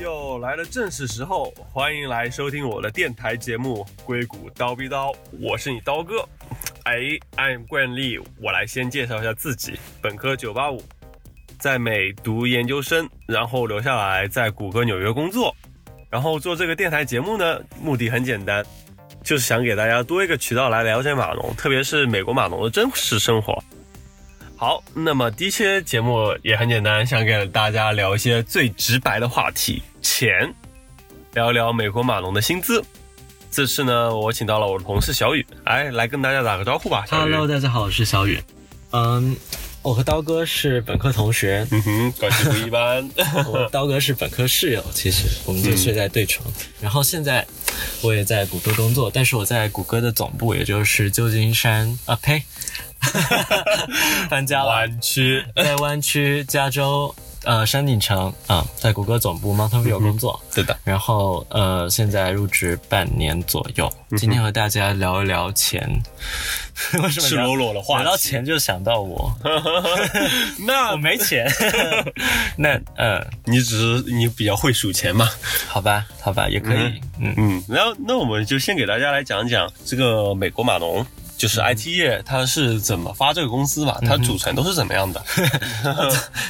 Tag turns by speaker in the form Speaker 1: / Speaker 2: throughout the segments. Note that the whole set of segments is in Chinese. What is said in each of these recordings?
Speaker 1: 又来了正是时候，欢迎来收听我的电台节目《硅谷刀逼刀》，我是你刀哥。哎，按惯例，我来先介绍一下自己，本科九八五，在美读研究生，然后留下来在谷歌纽约工作，然后做这个电台节目呢，目的很简单，就是想给大家多一个渠道来了解码农，特别是美国码农的真实生活。好，那么第一期节目也很简单，想给大家聊一些最直白的话题，钱，聊聊美国码农的薪资。这次呢，我请到了我的同事小雨，哎，来跟大家打个招呼吧。小雨
Speaker 2: Hello，大家好，我是小雨。嗯，我和刀哥是本科同 学，
Speaker 1: 嗯哼，关系不一般。
Speaker 2: 我刀哥是本科室友，其实我们就睡在对床。然后现在我也在谷歌工作，但是我在谷歌的总部，也就是旧金山啊呸， 搬家了，
Speaker 1: 湾区，
Speaker 2: 在湾区加州呃山顶城啊、在谷歌总部 Mountain View 工作。
Speaker 1: 对的，
Speaker 2: 然后呃，现在入职半年左右。今天和大家聊一聊钱， 为什么
Speaker 1: 赤
Speaker 2: 聊
Speaker 1: 裸裸的话
Speaker 2: 聊到
Speaker 1: 题
Speaker 2: 钱就想到 我，
Speaker 1: 那
Speaker 2: 我没钱。 那嗯，
Speaker 1: 你只是你比较会数钱嘛？
Speaker 2: 好吧，好吧，也可以。嗯
Speaker 1: 嗯，然后那我们就先给大家来讲讲这个美国码农。就是 IT 业，它是怎么发这个工资嘛？它组成都是怎么 样的？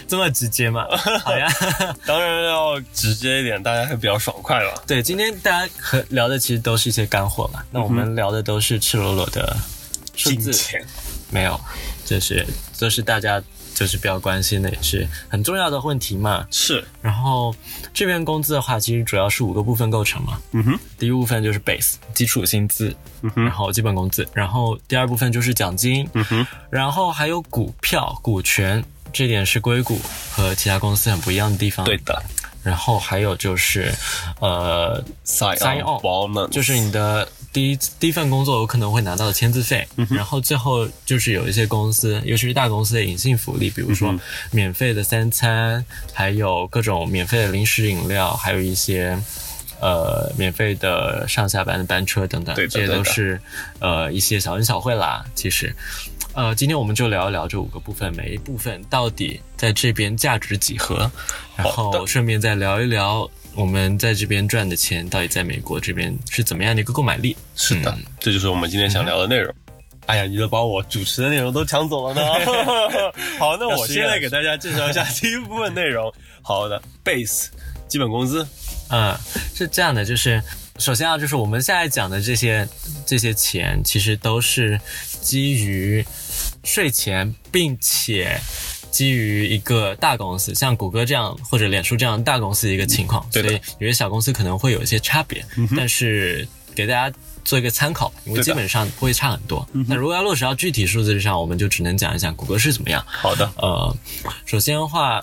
Speaker 2: 这么直接嘛？ 好呀。
Speaker 1: 当然要直接一点，大家会比较爽快了。
Speaker 2: 对，今天大家和聊的其实都是一些干货嘛。那我们聊的都是赤裸裸的嗯数
Speaker 1: 金
Speaker 2: 字，
Speaker 1: 钱，
Speaker 2: 没有，就是就是大家就是比较关心的，也是很重要的问题嘛。
Speaker 1: 是，
Speaker 2: 然后这边工资的话，其实主要是五个部分构成嘛。
Speaker 1: 嗯哼，
Speaker 2: 第一部分就是 base 基础薪资，
Speaker 1: 嗯哼，
Speaker 2: 然后基本工资，然后第二部分就是奖金，
Speaker 1: 嗯哼，
Speaker 2: 然后还有股票、股权，这点是硅谷和其他公司很不一样的地方。
Speaker 1: 对，的。
Speaker 2: 然后还有就是，呃，
Speaker 1: sign
Speaker 2: on
Speaker 1: bonus
Speaker 2: 就是你的第一第一份工作有可能会拿到的签字费，然后最后就是有一些公司，尤其是大公司的隐性福利，比如说免费的三餐，还有各种免费的零食饮料，还有一些。呃，免费的上下班的班车等等，
Speaker 1: 对的
Speaker 2: 这些
Speaker 1: 对
Speaker 2: 都
Speaker 1: 的
Speaker 2: 是呃一些小恩小惠啦。其实，呃，今天我们就聊一聊这五个部分，每一部分到底在这边价值几何，然
Speaker 1: 好的
Speaker 2: 后顺便再聊一聊我们在这边赚的钱到底在美国这边是怎么样的一个购买力。
Speaker 1: 是的，嗯这就是我们今天想聊的内容。哎呀，你都把我主持的内容都抢走了 呢。好，那我现在给大家介绍一下 第一部分内容。好的，base 基本工资，
Speaker 2: 嗯，是这样的，就是首先啊，就是我们现在讲的这些这些钱，其实都是基于税前，并且基于一个大公司，像谷歌这样或者脸书这样的大公司的一个情况，
Speaker 1: 嗯对的嗯
Speaker 2: 所以有些小公司可能会有一些差别，但是给大家。做一个参考吧，因为
Speaker 1: 对的嗯
Speaker 2: 基本上不会差很多。那如果要落实到具体数字上，我们就只能讲一讲谷歌是怎么样。
Speaker 1: 好的，
Speaker 2: 呃，首先的话，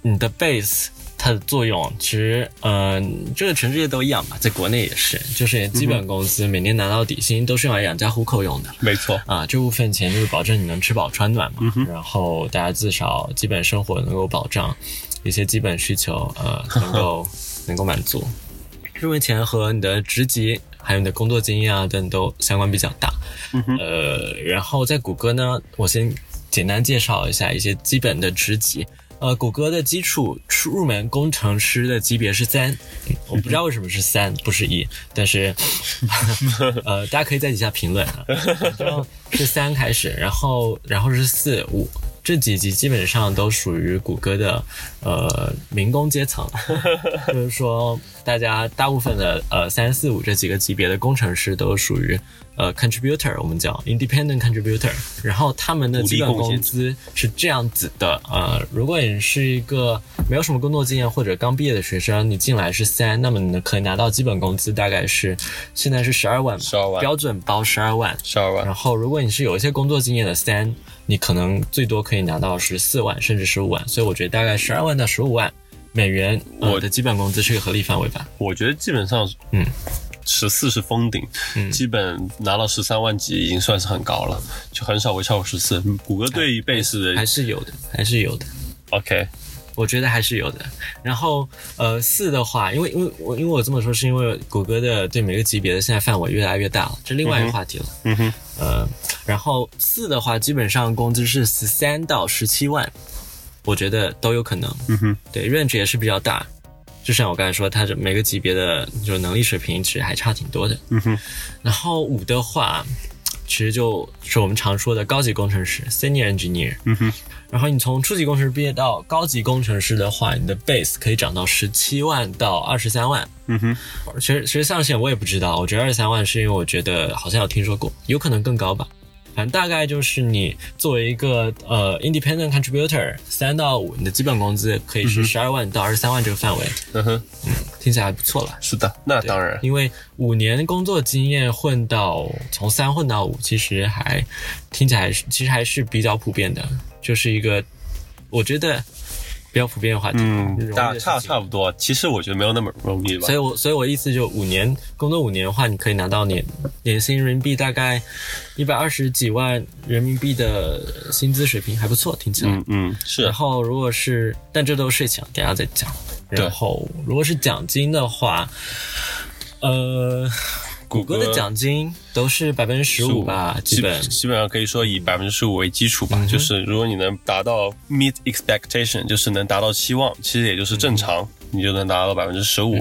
Speaker 2: 你的 base 它的作用，其实，嗯、这个全世界都一样吧，在国内也是，就是基本工资每年拿到底薪都是用来养家糊口用的。
Speaker 1: 没错，
Speaker 2: 啊，这部分钱就是保证你能吃饱穿暖嘛，然后大家至少基本生活能够保障，一些基本需求呃能够能够满足。这部分钱和你的职级还有你的工作经验啊等都相关比较大。呃，然后在谷歌呢，我先简单介绍一下一些基本的职级。呃，谷歌的基础初入门工程师的级别是三，我不知道为什么是三，不是一，但是呃，大家可以在底下评论啊。然后是三开始，然后然后是四五。这几集基本上都属于谷歌的呃民工阶层，就是说大家大部分的呃三四五这几个级别的工程师都属于呃 contributor，我们叫 independent contributor，然后他们的
Speaker 1: 独立
Speaker 2: 基本
Speaker 1: 贡献
Speaker 2: 工资是这样子的，呃，如果你是一个没有什么工作经验或者刚毕业的学生，你进来是三，那么你可以拿到基本工资大概是现在是十二万吧，
Speaker 1: 12万
Speaker 2: 标准包十二万，
Speaker 1: 十二万
Speaker 2: 然，后，如果你是有一些工作经验的三，你可能最多可以拿到十四万甚至十五万，所以我觉得大概十二万到十五万美元，呃
Speaker 1: 我
Speaker 2: 的基本工资是一个合理范围吧。
Speaker 1: 我觉得基本上，
Speaker 2: 嗯。
Speaker 1: 十四是封顶，
Speaker 2: 嗯
Speaker 1: 基本拿到十三万几已经算是很高了，就很少会超过十四。谷歌对于 base
Speaker 2: 还
Speaker 1: 的
Speaker 2: 是有的，还是有的。
Speaker 1: ，OK，
Speaker 2: 我觉得还是有的。然后呃四的话，因为因为我因为我这么说是因为谷歌的对每个级别的现在范围越来越大了，这另外一个话题了。
Speaker 1: 嗯哼，
Speaker 2: 呃，然后四的话，基本上工资是十三到十七万，我觉得都有可能。
Speaker 1: 嗯哼，
Speaker 2: 对，range 也是比较大。就像我刚才说，它这每个级别的就能力水平其实还差挺多的。
Speaker 1: 嗯哼，
Speaker 2: 然后五的话，其实就是我们常说的高级工程师 （senior engineer）。
Speaker 1: 嗯哼，
Speaker 2: 然后你从初级工程师毕业到高级工程师的话，你的 base 可以涨到十七万到二十三万。
Speaker 1: 嗯哼，
Speaker 2: 其实其实上限我也不知道，我觉得二十三万是因为我觉得好像有听说过，有可能更高吧。反正大概就是你作为一个呃 independent contributor，三到五，你的基本工资可以是十二万到二十三万这个范围，
Speaker 1: 嗯哼，
Speaker 2: 听起来还不错了。
Speaker 1: 是的，那当然，
Speaker 2: 因为五年工作经验混到从三混到五，其实还听起来是其实还是比较普遍的，就是一个我觉得比较普遍的话题，容易
Speaker 1: 嗯，
Speaker 2: 的
Speaker 1: 大
Speaker 2: 事
Speaker 1: 差
Speaker 2: 情
Speaker 1: 差不多。其实我觉得没有那么容易吧
Speaker 2: 所。以我所以我意思就五年工作五年的话，你可以拿到年年薪人民币大概一百二十几万人民币的薪资水平，还不错，听起来。
Speaker 1: 嗯嗯，是
Speaker 2: 然，后如果是，但这都是税前，等一下再讲。
Speaker 1: 对
Speaker 2: 然后如果是奖金的话，呃，
Speaker 1: 谷
Speaker 2: 谷歌的奖金都是百分之十五吧，基
Speaker 1: 基
Speaker 2: 本。嗯
Speaker 1: 基本上可以说以百分之十五为基础吧，就是如果你能达到 meet expectation，就是能达到期望，其实也就是正
Speaker 2: 嗯
Speaker 1: 常，你就能达到百分之十五。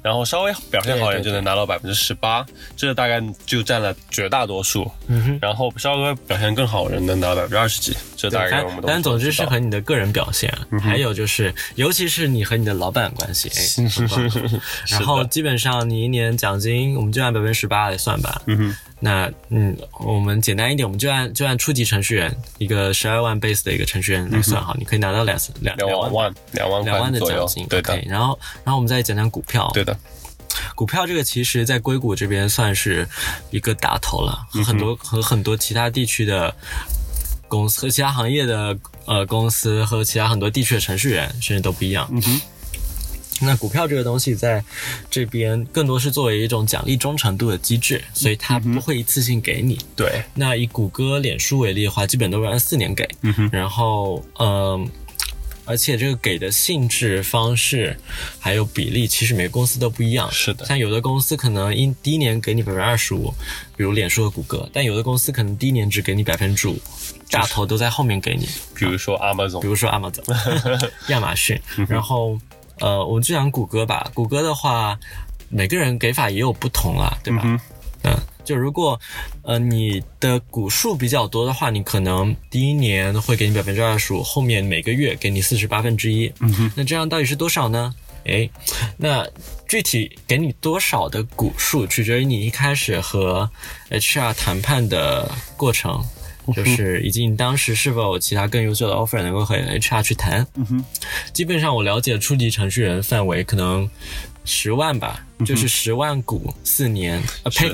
Speaker 1: 然后稍微表现好一
Speaker 2: 对对
Speaker 1: 点
Speaker 2: 对
Speaker 1: 就能拿到百分之十八，这大概就占了绝大多数。
Speaker 2: 嗯哼。
Speaker 1: 然后稍微表现更好的人能拿到百分之二十几，这大概
Speaker 2: 但
Speaker 1: 我们都
Speaker 2: 但总之
Speaker 1: 知
Speaker 2: 是
Speaker 1: 道嗯
Speaker 2: 和你的个人表现，还有就是，尤其是你和你的老板关系，哎，很棒然后基本上你一年奖金，我们就按百分之十八来算吧。嗯
Speaker 1: 哼。
Speaker 2: 那嗯，我们简单一点，我们就按就按初级程序员一个十二万 base 的一个程序员来算好，你可以拿到两两
Speaker 1: 嗯两
Speaker 2: 万
Speaker 1: 万万两万
Speaker 2: 两万
Speaker 1: 块
Speaker 2: 的
Speaker 1: 左右
Speaker 2: 奖金，，
Speaker 1: 对的
Speaker 2: OK，然后，然后我们再讲讲股票。
Speaker 1: 对的，
Speaker 2: 股票这个其实，在硅谷这边算是一个大头了，和很
Speaker 1: 嗯
Speaker 2: 多、和很多其他地区的公司和其他行业的呃公司和其他很多地区的程序员甚至都不一样。嗯
Speaker 1: 哼。
Speaker 2: 那股票这个东西在这边更多是作为一种奖励忠诚度的机制，所以
Speaker 1: 嗯
Speaker 2: 它不会一次性给你。
Speaker 1: 对，
Speaker 2: 那以谷歌、脸书为例的话，基本都是按四年给，
Speaker 1: 嗯哼，
Speaker 2: 然后嗯、而且这个给的性质、方式还有比例，其实每个公司都不一样。
Speaker 1: 是的，
Speaker 2: 像有的公司可能一第一年给你百分之二十五，比如脸书和谷歌，但有的公司可能第一年只给你百分之五，大头都在后面给你，
Speaker 1: 比如说 Amazon，
Speaker 2: 比如说 Amazon、亚马逊，然后呃，我们就讲谷歌吧。谷歌的话，每个人给法也有不同啦，对吧？
Speaker 1: 嗯
Speaker 2: 嗯，就如果呃你的股数比较多的话，你可能第一年会给你百分之二十五，后面每个月给你四十八分之一。嗯哼，那这样到底是多少呢？诶， 那具体给你多少的股数，取决于你一开始和 HR 谈判的过程，就是以及你当时是否有其他更优秀的 offer 能够和 HR 去谈。
Speaker 1: 嗯哼，
Speaker 2: 基本上我了解初级程序员范围可能十万吧，
Speaker 1: 嗯
Speaker 2: 就是十万股四年啊呸，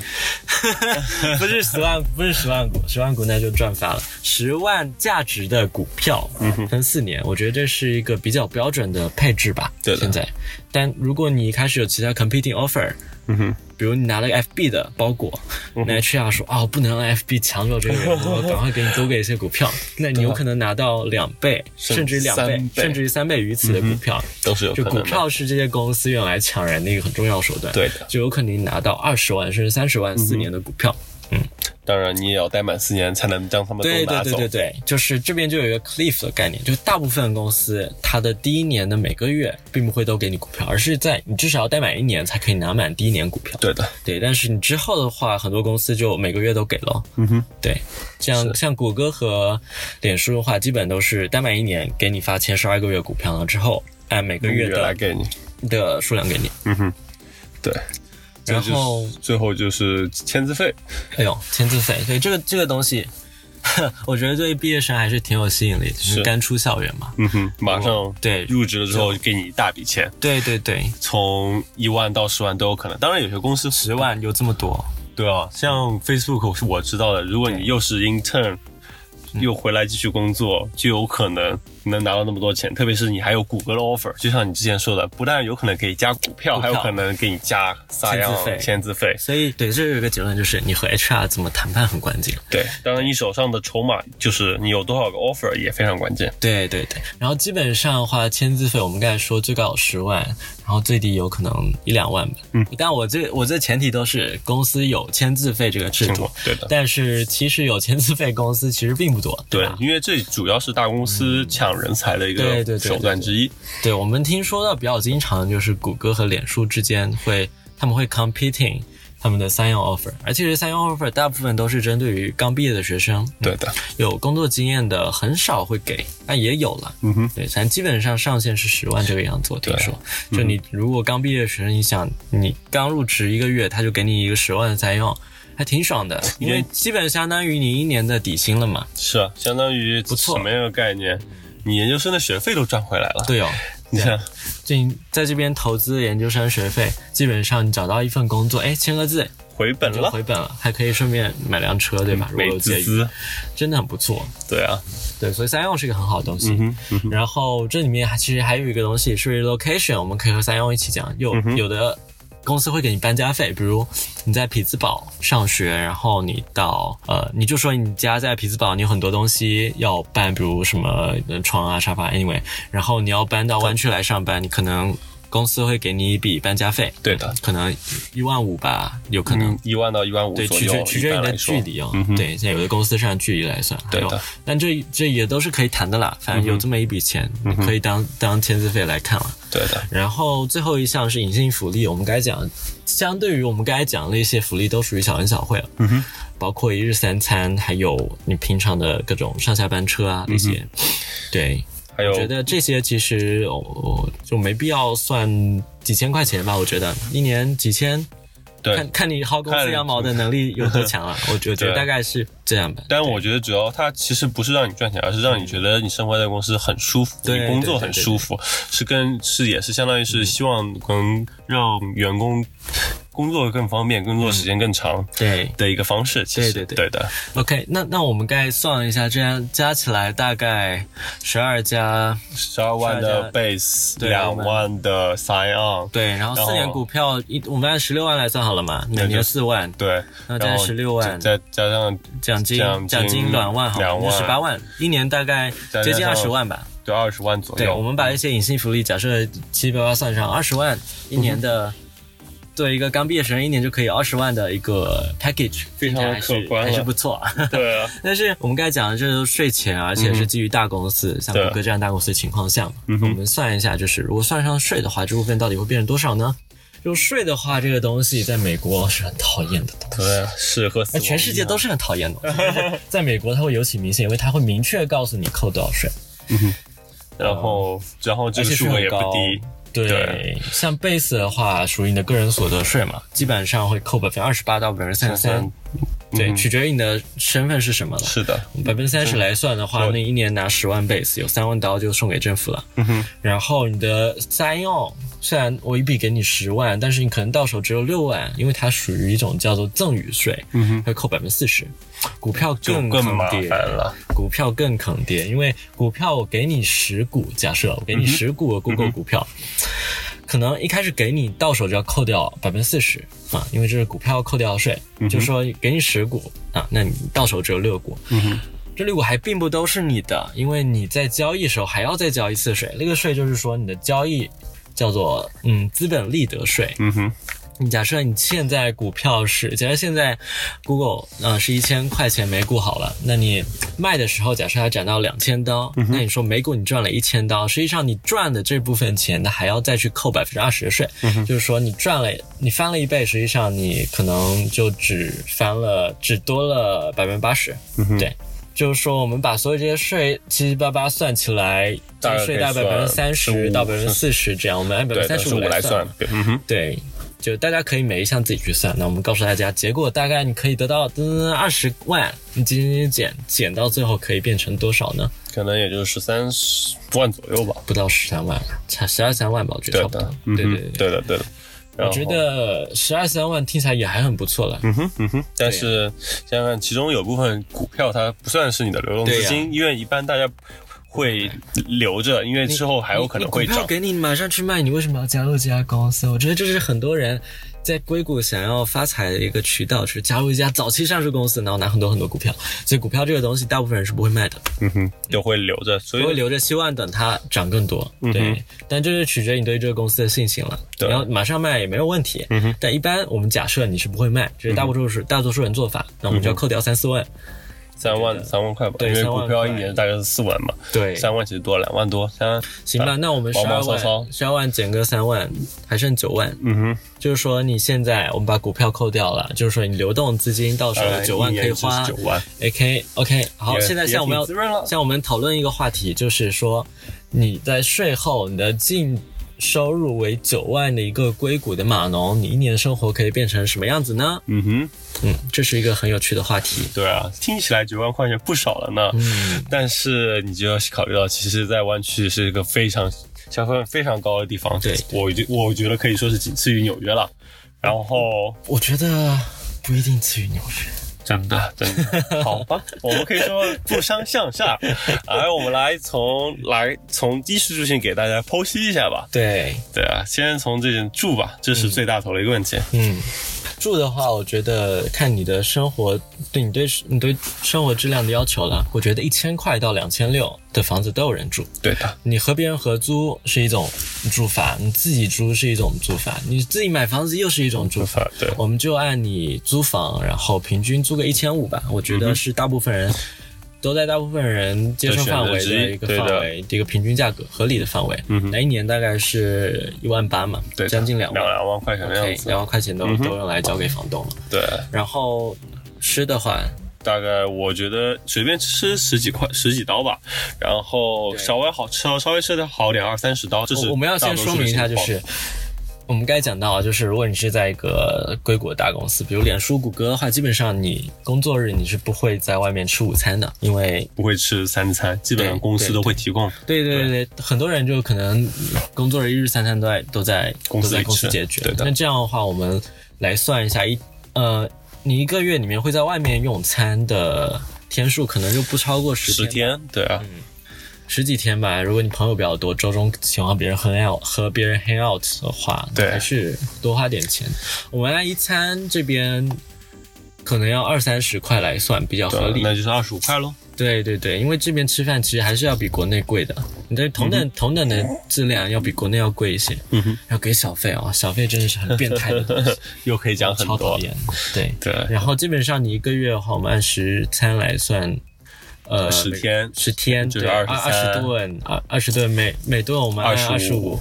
Speaker 2: 不是十万，不是十万股，十万股那就赚翻了，十万价值的股票
Speaker 1: 嗯
Speaker 2: 分四年，我觉得这是一个比较标准的配置吧。
Speaker 1: 对的
Speaker 2: 现在，但如果你一开始有其他 competing offer，
Speaker 1: 嗯哼，
Speaker 2: 比如你拿了个 FB 的包裹，
Speaker 1: 嗯
Speaker 2: 那 HR 说啊、我不能让 FB 抢走这个员工，我赶快给你多给一些 股票，那你有可能拿到两倍，
Speaker 1: 啊甚
Speaker 2: 甚至于两倍
Speaker 1: 三，倍嗯
Speaker 2: 甚至于三倍于此的股票。
Speaker 1: 都是有可
Speaker 2: 就
Speaker 1: 能
Speaker 2: 股
Speaker 1: 的。
Speaker 2: 票是这些公司用来抢人的一个很重要手段，
Speaker 1: 对的
Speaker 2: 就有可能拿到二十万甚至三十万四年的股票。
Speaker 1: 当然你也要待满四年才能将他们都
Speaker 2: 对对
Speaker 1: 拿
Speaker 2: 对
Speaker 1: 走。
Speaker 2: 对对，就是这边就有一个 cliff 的概念，就是大部分公司它的第一年的每个月并不会都给你股票，而是在你至少要待满一年才可以拿满第一年股票。
Speaker 1: 对的，
Speaker 2: 对，但是你之后的话，很多公司就每个月都给了。
Speaker 1: 嗯哼，
Speaker 2: 对，像像谷歌和脸书的话，基本都是待满一年给你发前十二个月股票，然后之后按每个月
Speaker 1: 月来
Speaker 2: 的
Speaker 1: 给你。
Speaker 2: 的数量给你。
Speaker 1: 嗯哼，对。
Speaker 2: 然后
Speaker 1: 这就是最后就是签字费，
Speaker 2: 哎呦，签字费，对这个这个东西， 我觉得对毕业生还是挺有吸引力的，就是刚出校园嘛。
Speaker 1: 嗯哼，马上
Speaker 2: 哦对
Speaker 1: 入职了之后给你一大笔钱，
Speaker 2: 对对对，
Speaker 1: 从一万到十万都有可能。当然有些公司
Speaker 2: 十万有这么多，嗯
Speaker 1: 对啊，像 Facebook 我知道的，如果你又是 intern，又回来继续工作，就有可能能拿到那么多钱。特别是你还有谷歌的 offer，就像你之前说的，不但有可能给你加股票，
Speaker 2: 股票
Speaker 1: 还有可能给你加三样
Speaker 2: 签字费
Speaker 1: 签字费。
Speaker 2: 所以对，这有一个结论就是，你和 HR 怎么谈判很关键。
Speaker 1: 对，当然你手上的筹码就是你有多少个 offer 也非常关键。
Speaker 2: 对对对，然后基本上的话，签字费我们刚才说最高有十万，然后最低有可能一两万吧。
Speaker 1: 嗯，
Speaker 2: 但我这我这前提都是公司有签字费这个制
Speaker 1: 听
Speaker 2: 度
Speaker 1: 过，，对的。
Speaker 2: 但是其实有签字费公司其实并不多，
Speaker 1: 对
Speaker 2: 吧，？嗯
Speaker 1: 因为这主要是大公司抢人才的一
Speaker 2: 对对对
Speaker 1: 个
Speaker 2: 对对
Speaker 1: 手段之一。
Speaker 2: 对，我们听说到比较经常的就是谷歌和脸书之间会，他们会 competing 他们的三样 offer，而其实三样 offer 大部分都是针对于刚毕业的学生，
Speaker 1: 对的，
Speaker 2: 有工作经验的很少会给，但也有了。
Speaker 1: 嗯哼，
Speaker 2: 对，咱基本上上限是十万这个样子，我听说。
Speaker 1: 嗯
Speaker 2: 就你如果刚毕业的学生，你想你刚入职一个月，他就给你一个十万的再用，还挺爽的，因为基本相当于你一年的底薪了嘛。
Speaker 1: 是啊，相当于不
Speaker 2: 错
Speaker 1: 什么样的概念？你研究生的学费都赚回来了。
Speaker 2: 对哦，
Speaker 1: 你看，
Speaker 2: 就你在这边投资研究生学费，基本上你找到一份工作，哎，签个字
Speaker 1: 回本
Speaker 2: 就
Speaker 1: 了，嗯
Speaker 2: 回本了，还可以顺便买辆车，对吧？如果
Speaker 1: 美
Speaker 2: 有
Speaker 1: 滋
Speaker 2: 结余，
Speaker 1: 滋。
Speaker 2: 真的很不错。
Speaker 1: 对啊，
Speaker 2: 对，所以三用是一个很好的东西。
Speaker 1: 嗯哼，嗯哼，
Speaker 2: 然后这里面还其实还有一个东西是 relocation，我们可以和三用一起讲。
Speaker 1: 嗯
Speaker 2: 有、有的公司会给你搬家费，比如你在匹兹堡上学，然后你到呃，你就说你家在匹兹堡，你有很多东西要搬，比如什么呃床啊、沙发，anyway，然后你要搬到湾区来上班，你可能公司会给你一笔搬家费，
Speaker 1: 对的，
Speaker 2: 可能一万五吧，有可能。
Speaker 1: 嗯，一万到一万五
Speaker 2: 对，
Speaker 1: 左
Speaker 2: 取
Speaker 1: 右
Speaker 2: 决，取决于
Speaker 1: 一
Speaker 2: 你
Speaker 1: 般
Speaker 2: 的
Speaker 1: 来说
Speaker 2: 距离哦。
Speaker 1: 嗯哼
Speaker 2: 对，现在有的公司是按距离来算，还
Speaker 1: 对
Speaker 2: 有
Speaker 1: 的，
Speaker 2: 但这这也都是可以谈的啦。反正有这么一笔钱，
Speaker 1: 嗯
Speaker 2: 你可以当当签字费来看了。
Speaker 1: 对的，
Speaker 2: 然后最后一项是隐性福利，我们该讲，相对于我们刚才讲的一些福利，都属于小恩小惠了。嗯
Speaker 1: 哼，
Speaker 2: 包括一日三餐，还有你平常的各种上下班车啊这些。对，
Speaker 1: 还嗯有
Speaker 2: 我觉得这些其实我、我就没必要算几千块钱吧，我觉得一年几千
Speaker 1: 对
Speaker 2: 看。看你薅公司
Speaker 1: 看
Speaker 2: 羊毛的能力有多 强了。我觉得
Speaker 1: 对
Speaker 2: 大概是这样吧。
Speaker 1: 但我觉得主要它其实不是让你赚钱，而是让你觉得你生活在公司很舒服，
Speaker 2: 对
Speaker 1: 你工作很舒服，是跟是也是相当于是希望能让员工工作更方便，工作时间更长
Speaker 2: 对
Speaker 1: 的一个方式。其实
Speaker 2: 对对
Speaker 1: 对的，
Speaker 2: ，OK，那那我们该算了一下，这样加起来大概十二加
Speaker 1: 十二万的
Speaker 2: 12
Speaker 1: base，
Speaker 2: 对
Speaker 1: 两万的 sign on，
Speaker 2: 对，然后
Speaker 1: 然后
Speaker 2: 四年股票一，我们按十六万来算好了嘛，
Speaker 1: 就
Speaker 2: 每年四万，
Speaker 1: 对，
Speaker 2: 那
Speaker 1: 然
Speaker 2: 加
Speaker 1: 后
Speaker 2: 16万
Speaker 1: 再加上
Speaker 2: 奖金
Speaker 1: 奖金
Speaker 2: 奖金两万好了，
Speaker 1: 两
Speaker 2: 那
Speaker 1: 万
Speaker 2: 十八万，一年大概
Speaker 1: 再
Speaker 2: 接近
Speaker 1: 加
Speaker 2: 二
Speaker 1: 上
Speaker 2: 十万吧。
Speaker 1: 对二十万左
Speaker 2: 对，我
Speaker 1: 右，
Speaker 2: 们把一些隐性福利假设七八八算上，二十万一年
Speaker 1: 嗯
Speaker 2: 的。作为一个刚毕业生，一年就可以二十万的一个 package，
Speaker 1: 非常
Speaker 2: 还是
Speaker 1: 可观了
Speaker 2: 还是不错。
Speaker 1: 对啊，
Speaker 2: 但是我们刚才讲的这都是税前，啊而且是基于大公司，像
Speaker 1: 嗯对
Speaker 2: 谷歌这样大公司的情况下嘛，
Speaker 1: 嗯
Speaker 2: 我
Speaker 1: 哼
Speaker 2: 们算一下，就是如果算上税的话，这部分到底会变成多少呢？就税的话，这个东西在美国是很讨厌的东西。
Speaker 1: 对啊，是和死
Speaker 2: 那
Speaker 1: 亡
Speaker 2: 全世
Speaker 1: 一
Speaker 2: 界
Speaker 1: 样
Speaker 2: 都是很讨厌的东 西，但是在美国它会尤其明显，因为它会明确告诉你扣多少税，
Speaker 1: 然后然后这
Speaker 2: 而
Speaker 1: 个
Speaker 2: 且
Speaker 1: 数
Speaker 2: 税
Speaker 1: 额
Speaker 2: 很
Speaker 1: 也不
Speaker 2: 高
Speaker 1: 低，。
Speaker 2: 对，
Speaker 1: 对
Speaker 2: 像 base 的话，属于你的个人所得税嘛，基本上会扣百分之二十八到百分之三十三
Speaker 1: 嗯，
Speaker 2: 对，取决于你的身份是什么了。
Speaker 1: 是的，
Speaker 2: 百分之三
Speaker 1: 嗯
Speaker 2: 十来算的话，
Speaker 1: 对
Speaker 2: 那一年拿十万 base，有三万刀就送给政府了。
Speaker 1: 嗯哼，
Speaker 2: 然后你的三用，虽然我一笔给你十万，但是你可能到手只有六万，因为它属于一种叫做赠与税，
Speaker 1: 嗯哼，
Speaker 2: 会扣百分之四十。股票
Speaker 1: 就
Speaker 2: 更
Speaker 1: 更
Speaker 2: 坑
Speaker 1: 麻
Speaker 2: 爹
Speaker 1: 烦，了，
Speaker 2: 股票更坑爹，因为股票我给你十股，假设我
Speaker 1: 嗯
Speaker 2: 给你十股我 Google 股票，可能一开始给你到手就要扣掉百分之四十啊，因为这是股票扣掉的税，
Speaker 1: 嗯
Speaker 2: 就说给你十股啊，那你到手只有六股，
Speaker 1: 嗯哼，
Speaker 2: 这六股还并不都是你的，因为你在交易时候还要再交一次税，那个税就是说你的交易叫做嗯资本利得税，
Speaker 1: 嗯哼，
Speaker 2: 你假设你现在股票是，假设现在 Google 呃是一千块钱每股好了，那你卖的时候假设它涨到两千刀，那你说每股你赚了一千刀，实际上你赚的这部分钱，那还要再去扣百分之二十的税，就是说你赚了你翻了一倍，实际上你可能就只翻了只多了百分之八十，对。就是说，我们把所有这些税七七八八算起来，
Speaker 1: 大概
Speaker 2: 这税大概百分之三
Speaker 1: 可
Speaker 2: 十
Speaker 1: 以算
Speaker 2: 到百分之四十这样，我们按百分
Speaker 1: 对
Speaker 2: 之
Speaker 1: 的，
Speaker 2: 三
Speaker 1: 是
Speaker 2: 十五
Speaker 1: 我来
Speaker 2: 算
Speaker 1: 算，对嗯哼，
Speaker 2: 对，就大家可以每一项自己去算。那我们告诉大家，结果大概你可以得到嗯二十万，你减减减减到最后可以变成多少呢？
Speaker 1: 可能也就是三十万左右吧，
Speaker 2: 不到十三万，才十二三万吧，我觉得
Speaker 1: 对
Speaker 2: 差不
Speaker 1: 的
Speaker 2: 多。，
Speaker 1: 嗯
Speaker 2: 对
Speaker 1: 哼
Speaker 2: 对对。
Speaker 1: 对的，对的，
Speaker 2: 我觉得十二三万听起来也还很不错了。
Speaker 1: 嗯哼，嗯哼，但是想想看，其中有部分股票它不算是你的流动资
Speaker 2: 对呀
Speaker 1: 金，因为一般大家会留着，因为之后还有可能会
Speaker 2: 你股票
Speaker 1: 涨。
Speaker 2: 给你马上去卖，你为什么要加入这家公司？我觉得这是很多人在硅谷想要发财的一个渠道，是加入一家早期上市公司，然后拿很多很多股票。所以股票这个东西，大部分人是不会卖的，
Speaker 1: 嗯哼，就会留着，所
Speaker 2: 都会
Speaker 1: 以
Speaker 2: 留着希望等它涨更多。对，但这是取决于你对这个公司的信心了。
Speaker 1: 嗯对嗯
Speaker 2: 你要马上卖也没有问题，但一般我们假设你是不会卖，这是大多数是、大多数人做法，那我们就
Speaker 1: 嗯
Speaker 2: 要扣掉三四万。
Speaker 1: 三万三万块吧，因
Speaker 2: 对
Speaker 1: 为
Speaker 2: 3万
Speaker 1: 股票一
Speaker 2: 块
Speaker 1: 年大概是四万嘛，
Speaker 2: 对
Speaker 1: 三万其实多两万多，三万
Speaker 2: 行吧，那我们十
Speaker 1: 毛毛
Speaker 2: 二
Speaker 1: 糙糙
Speaker 2: 万，十二万减个三万，还剩九万。
Speaker 1: 嗯哼，
Speaker 2: 就是说你现在我们把股票扣掉了，就是说你流动资金到手
Speaker 1: 当然
Speaker 2: 有九万
Speaker 1: 哎呃一
Speaker 2: 可以
Speaker 1: 年就是
Speaker 2: 花
Speaker 1: 九。万，
Speaker 2: OK OK，好，
Speaker 1: 也
Speaker 2: 现在
Speaker 1: 也
Speaker 2: 像我们
Speaker 1: 挺
Speaker 2: 要
Speaker 1: 滋润了
Speaker 2: 像我们讨论一个话题，就是说你在税后你的净收入为九万的一个硅谷的码农，你一年生活可以变成什么样子呢？
Speaker 1: 嗯哼。
Speaker 2: 嗯，这是一个很有趣的话题。
Speaker 1: 对啊，听起来九万块钱不少了呢。
Speaker 2: 嗯
Speaker 1: 但是你就要考虑到，其实，在湾区是一个非常消费非常高的地方。
Speaker 2: 对
Speaker 1: 我觉我觉得可以说是仅次于纽约了。然后，
Speaker 2: 我觉得不一定次于纽约。
Speaker 1: 真的真的，好 吧，我们可以说不相上下。来，我们来从来从衣食住行给大家剖析一下吧。
Speaker 2: 对，
Speaker 1: 对啊，先从这件住吧，这是最大头的一个问题。
Speaker 2: 嗯，住的话，我觉得看你的生活，对你对你对生活质量的要求了。我觉得一千块到两千六的房子都有人住。
Speaker 1: 对的，
Speaker 2: 你和别人合租是一种住法，你自己租是一种住法，你自己买房子又是一种住
Speaker 1: 不
Speaker 2: 法。
Speaker 1: 法对，
Speaker 2: 我们就按你租房，然后平均租个一千五吧，我觉
Speaker 1: 嗯
Speaker 2: 得是大部分人。都在大部分人接受范围的一个
Speaker 1: 对的嗯
Speaker 2: 范围，一个平均价格合理的范围，那一年大概是一万八嘛，
Speaker 1: 对的
Speaker 2: 将近两万
Speaker 1: 两，两万块钱的
Speaker 2: OK，
Speaker 1: 样子。嗯
Speaker 2: 两万块钱都、都用来交给房东了。
Speaker 1: 对，
Speaker 2: 然后吃的话，
Speaker 1: 大概我觉得随便吃十几块十几刀吧，然后
Speaker 2: 对
Speaker 1: 稍微好吃稍微吃的好点二三十刀，这是
Speaker 2: 我我们要
Speaker 1: 大
Speaker 2: 先
Speaker 1: 多
Speaker 2: 说
Speaker 1: 数
Speaker 2: 明一下，
Speaker 1: 情
Speaker 2: 就
Speaker 1: 况
Speaker 2: 是我们该讲到，啊就是如果你是在一个硅谷的大公司，比如脸书、谷歌的话，基本上你工作日你是不会在外面吃午餐的，因为
Speaker 1: 不会吃三餐，基本上
Speaker 2: 对
Speaker 1: 公司
Speaker 2: 对
Speaker 1: 都会提供。
Speaker 2: 对对对，对很多人就可能工作日一日三餐都在都在
Speaker 1: 公司
Speaker 2: 都在
Speaker 1: 里
Speaker 2: 公司
Speaker 1: 吃
Speaker 2: 解决。
Speaker 1: 对的
Speaker 2: 那这样的话，我们来算一下一呃，你一个月里面会在外面用餐的天数，可能就不超过十
Speaker 1: 十天，对啊，
Speaker 2: 十几天吧。如果你朋友比较多，周中喜欢别人 hang out 和别人 hang out 的话，
Speaker 1: 对
Speaker 2: 还是多花点钱。我们按一餐这边可能要二三十块来算比较合
Speaker 1: 对，啊
Speaker 2: 理。
Speaker 1: 那就是二十五块喽。
Speaker 2: 对对对，因为这边吃饭其实还是要比国内贵的，你的同等、同等的质量要比国内要贵一些。
Speaker 1: 嗯哼，
Speaker 2: 要给小费啊、小费真的是很变态的东西，
Speaker 1: 又可以讲 很
Speaker 2: 超讨
Speaker 1: 多。
Speaker 2: 厌。对。
Speaker 1: 对，
Speaker 2: 然后基本上你一个月的话，我们按十餐来算，呃，
Speaker 1: 十
Speaker 2: 每
Speaker 1: 天
Speaker 2: 十天
Speaker 1: 就是
Speaker 2: 对
Speaker 1: 23
Speaker 2: 二十顿，二二十顿每每顿我们按
Speaker 1: 25
Speaker 2: 二十五。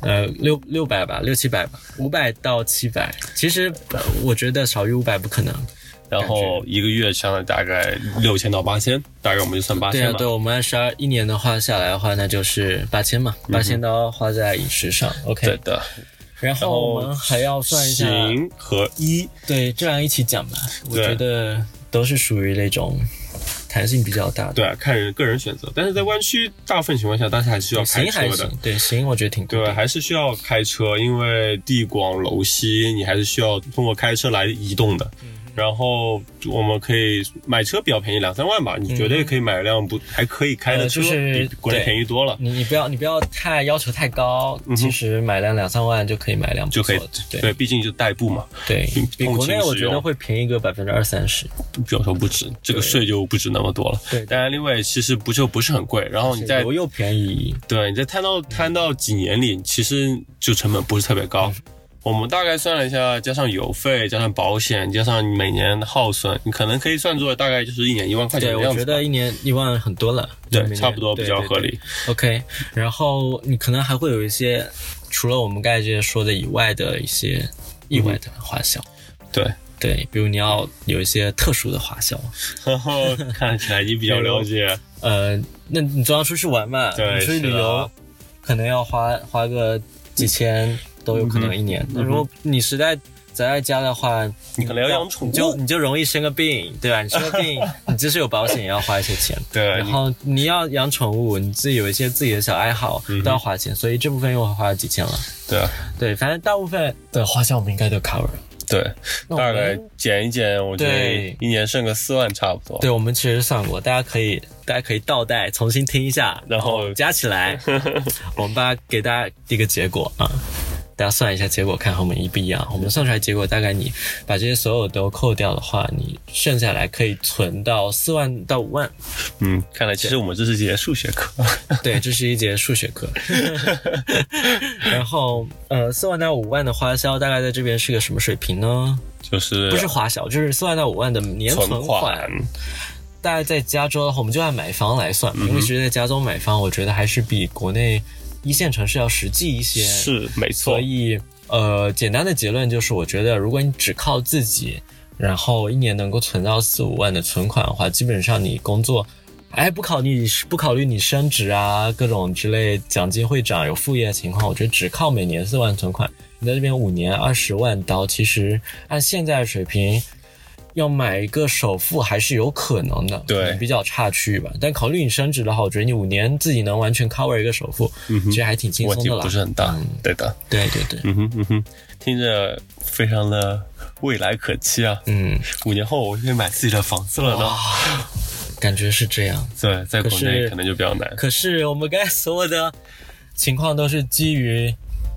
Speaker 2: 呃，六六百吧，六七百吧，五百到七百。其实呃我觉得少于五百不可能。
Speaker 1: 然后一个月相当于大概六千到八千，大概我们就算八
Speaker 2: 对啊
Speaker 1: 千，吧
Speaker 2: 对，。我们按十二一年的话下来的话，那就是八千嘛，八千刀花在饮食上。
Speaker 1: 嗯对
Speaker 2: OK，
Speaker 1: 的，
Speaker 2: 然后我们还要算一下，
Speaker 1: 行和一，
Speaker 2: 对，这样一起讲吧。我
Speaker 1: 对
Speaker 2: 觉得都是属于那种弹性比较大的。
Speaker 1: 对啊，看人个人选择。但是在湾区大部分情况下，但是还是需要开
Speaker 2: 行还
Speaker 1: 车的
Speaker 2: 行。，对行，我觉得挺固定
Speaker 1: 对，
Speaker 2: 的
Speaker 1: 还是需要开车，因为地广楼稀，你还是需要通过开车来移动的。
Speaker 2: 嗯
Speaker 1: 然后我们可以买车比较便宜，两三万吧，你绝对可以买一辆不还可以开的车，
Speaker 2: 嗯呃就是
Speaker 1: 比国内
Speaker 2: 对
Speaker 1: 便宜多了，
Speaker 2: 你你不要你不要太要求太高，其实买辆两三万就可以买辆不
Speaker 1: 嗯就可
Speaker 2: 错
Speaker 1: 以
Speaker 2: 的，
Speaker 1: 对，毕竟就代步嘛，
Speaker 2: 对
Speaker 1: 并，
Speaker 2: 比
Speaker 1: 通
Speaker 2: 国
Speaker 1: 勤
Speaker 2: 内我
Speaker 1: 使
Speaker 2: 觉得
Speaker 1: 用
Speaker 2: 会便宜个百分之二三十。
Speaker 1: 有时候不止这个
Speaker 2: 对
Speaker 1: 税就不止那么多了。
Speaker 2: 对
Speaker 1: 当然，另外其实不就不是很贵，然后你再
Speaker 2: 油又便宜，
Speaker 1: 对，你在摊到摊到几年里，其实就成本不是特别高。
Speaker 2: 嗯
Speaker 1: 我们大概算了一下，加上邮费、加上保险、加上每年的耗损，你可能可以算作大概就是一年一万块钱
Speaker 2: 对，
Speaker 1: 的
Speaker 2: 我
Speaker 1: 样
Speaker 2: 觉
Speaker 1: 子吧。
Speaker 2: 得一年一万很多了，每
Speaker 1: 对，
Speaker 2: 年
Speaker 1: 差不多比较合。
Speaker 2: 对对对
Speaker 1: 理。
Speaker 2: OK，然后你可能还会有一些除了我们刚才这些说的以外的一些意外的花销，
Speaker 1: 嗯对，
Speaker 2: 对，比如你要有一些特殊的花销，
Speaker 1: 然后 看起来你比较了解，
Speaker 2: 呃，那你总要出去玩嘛，
Speaker 1: 对
Speaker 2: 你出去旅
Speaker 1: 是
Speaker 2: 游
Speaker 1: 啊，
Speaker 2: 嗯可能要花花个几千都有可能一年。那、如果你实在宅在家的话，
Speaker 1: 你可能要养宠
Speaker 2: 你就
Speaker 1: 物，
Speaker 2: 你就容易生个病，对吧？你生个 病，你即使有保险也要花一些钱。
Speaker 1: 对
Speaker 2: 然后你要养宠物，你自己有一些自己的小爱好
Speaker 1: 嗯哼
Speaker 2: 都要花钱，所以这部分又花了几千了。
Speaker 1: 对啊
Speaker 2: 对，反正大部分的花销我们应该都 cover 了。
Speaker 1: 对，
Speaker 2: 那我
Speaker 1: 大概
Speaker 2: 们
Speaker 1: 减一减，我觉得
Speaker 2: 对
Speaker 1: 一年剩个四万差不多。
Speaker 2: 对，我们其实算过，大家可以大家可以倒带重新听一下，
Speaker 1: 然后
Speaker 2: 加起来，我们把给大家一个结果啊。大家算一下结果，看和我们一不一样。我们算出来结果，大概你把这些所有都扣掉的话，你剩下来可以存到四万到五万。
Speaker 1: 嗯，看来其实我们这是节数学课。
Speaker 2: 对，这是一节数学课。然后，呃，四万到五万的花销大概在这边是个什么水平呢？
Speaker 1: 就是
Speaker 2: 不是花销，就是四万到五万的年
Speaker 1: 存
Speaker 2: 存款。大概在加州的话，我们就按买房来算吧，
Speaker 1: 嗯
Speaker 2: 因为其实在加州买房，我觉得还是比国内一线城市要实际一些。，
Speaker 1: 是没错
Speaker 2: 所，以呃，简单的结论就是，我觉得如果你只靠自己，然后一年能够存到四五万的存款的话，基本上你工作。哎，不考虑不考虑你升职啊，各种之类奖金会涨，有副业的情况，我觉得只靠每年四万存款，你在这边五年二十万刀，其实按现在的水平，要买一个首付还是有可能的，
Speaker 1: 对
Speaker 2: 可能比较差区域吧。但考虑你升职的话，我觉得你五年自己能完全 cover 一个首付，
Speaker 1: 嗯哼
Speaker 2: 其实还挺轻
Speaker 1: 问
Speaker 2: 松
Speaker 1: 题
Speaker 2: 的啦。
Speaker 1: 不是很大
Speaker 2: 嗯。
Speaker 1: 对的，
Speaker 2: 对对对，
Speaker 1: 嗯哼嗯哼，听着非常的未来可期啊！
Speaker 2: 嗯，
Speaker 1: 五年后我就可以买自己的房子了呢。
Speaker 2: 感觉是这样。
Speaker 1: 对，在国
Speaker 2: 可
Speaker 1: 内
Speaker 2: 是
Speaker 1: 可能就比较难。
Speaker 2: 可是我们刚才所有的情况都是基于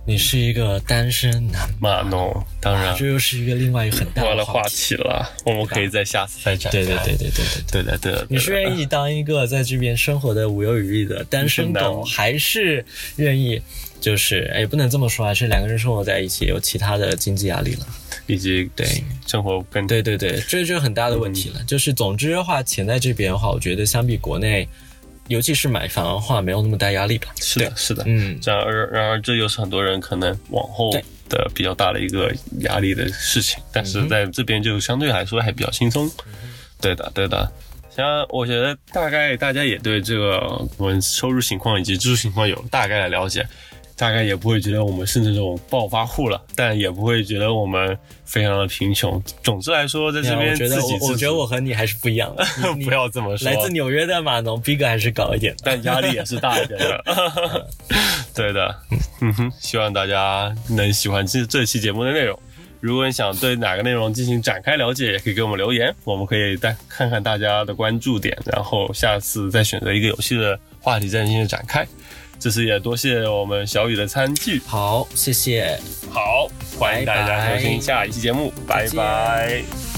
Speaker 2: 你是一个单身男，
Speaker 1: 马农，当然
Speaker 2: 这又是一个另外一个很大
Speaker 1: 我
Speaker 2: 的
Speaker 1: 的话
Speaker 2: 话
Speaker 1: 题
Speaker 2: 题。
Speaker 1: 了，我们可以在下次再展开。
Speaker 2: 对对对对对对
Speaker 1: 对
Speaker 2: 对。
Speaker 1: 的对的，对的
Speaker 2: 你是愿意当一个在这边生活的无忧无虑的单
Speaker 1: 单身
Speaker 2: 身
Speaker 1: 男
Speaker 2: 狗，还是愿意就是哎，不能这么说啊，是两个人生活在一起有其他的经济压力了。
Speaker 1: 以及
Speaker 2: 对
Speaker 1: 生活更
Speaker 2: 对对对，这就是很大的问题了。就是总之的话，钱在这边的话，我觉得相比国内，尤其是买房的话，没有那么大压力吧。
Speaker 1: 是的是的。
Speaker 2: 嗯，
Speaker 1: 然而然而这又是很多人可能往后
Speaker 2: 对
Speaker 1: 的比较大的一个压力的事情，但
Speaker 2: 嗯
Speaker 1: 是
Speaker 2: 哼嗯
Speaker 1: 在这边就相对来说还比较轻松。对的对的。像我觉得大概大家也对这个我们收入情况以及支出情况有大概的了解，大概也不会觉得我们是那种暴发户了，但也不会觉得我们非常的贫穷。总之来说，在这
Speaker 2: 没
Speaker 1: 边
Speaker 2: 有啊我觉
Speaker 1: 自
Speaker 2: 得
Speaker 1: 己
Speaker 2: 我我
Speaker 1: 自
Speaker 2: 觉得
Speaker 1: 足
Speaker 2: 我和你还是不一 样的。你
Speaker 1: 不要这么说，
Speaker 2: 来自纽约的码农逼格还是高一点的。
Speaker 1: 但压力也是大一点的。 对的，嗯哼，希望大家能喜欢这这期节目的内容。如果你想对哪个内容进行展开了解，也可以给我们留言，我们可以再看看大家的关注点，然后下次再选择一个有趣的话题再进行展开。这次也多谢我们小雨的参与，
Speaker 2: 好，谢谢。
Speaker 1: 好，欢迎大家收
Speaker 2: 拜拜
Speaker 1: 听下一期节目，
Speaker 2: 再见
Speaker 1: 拜拜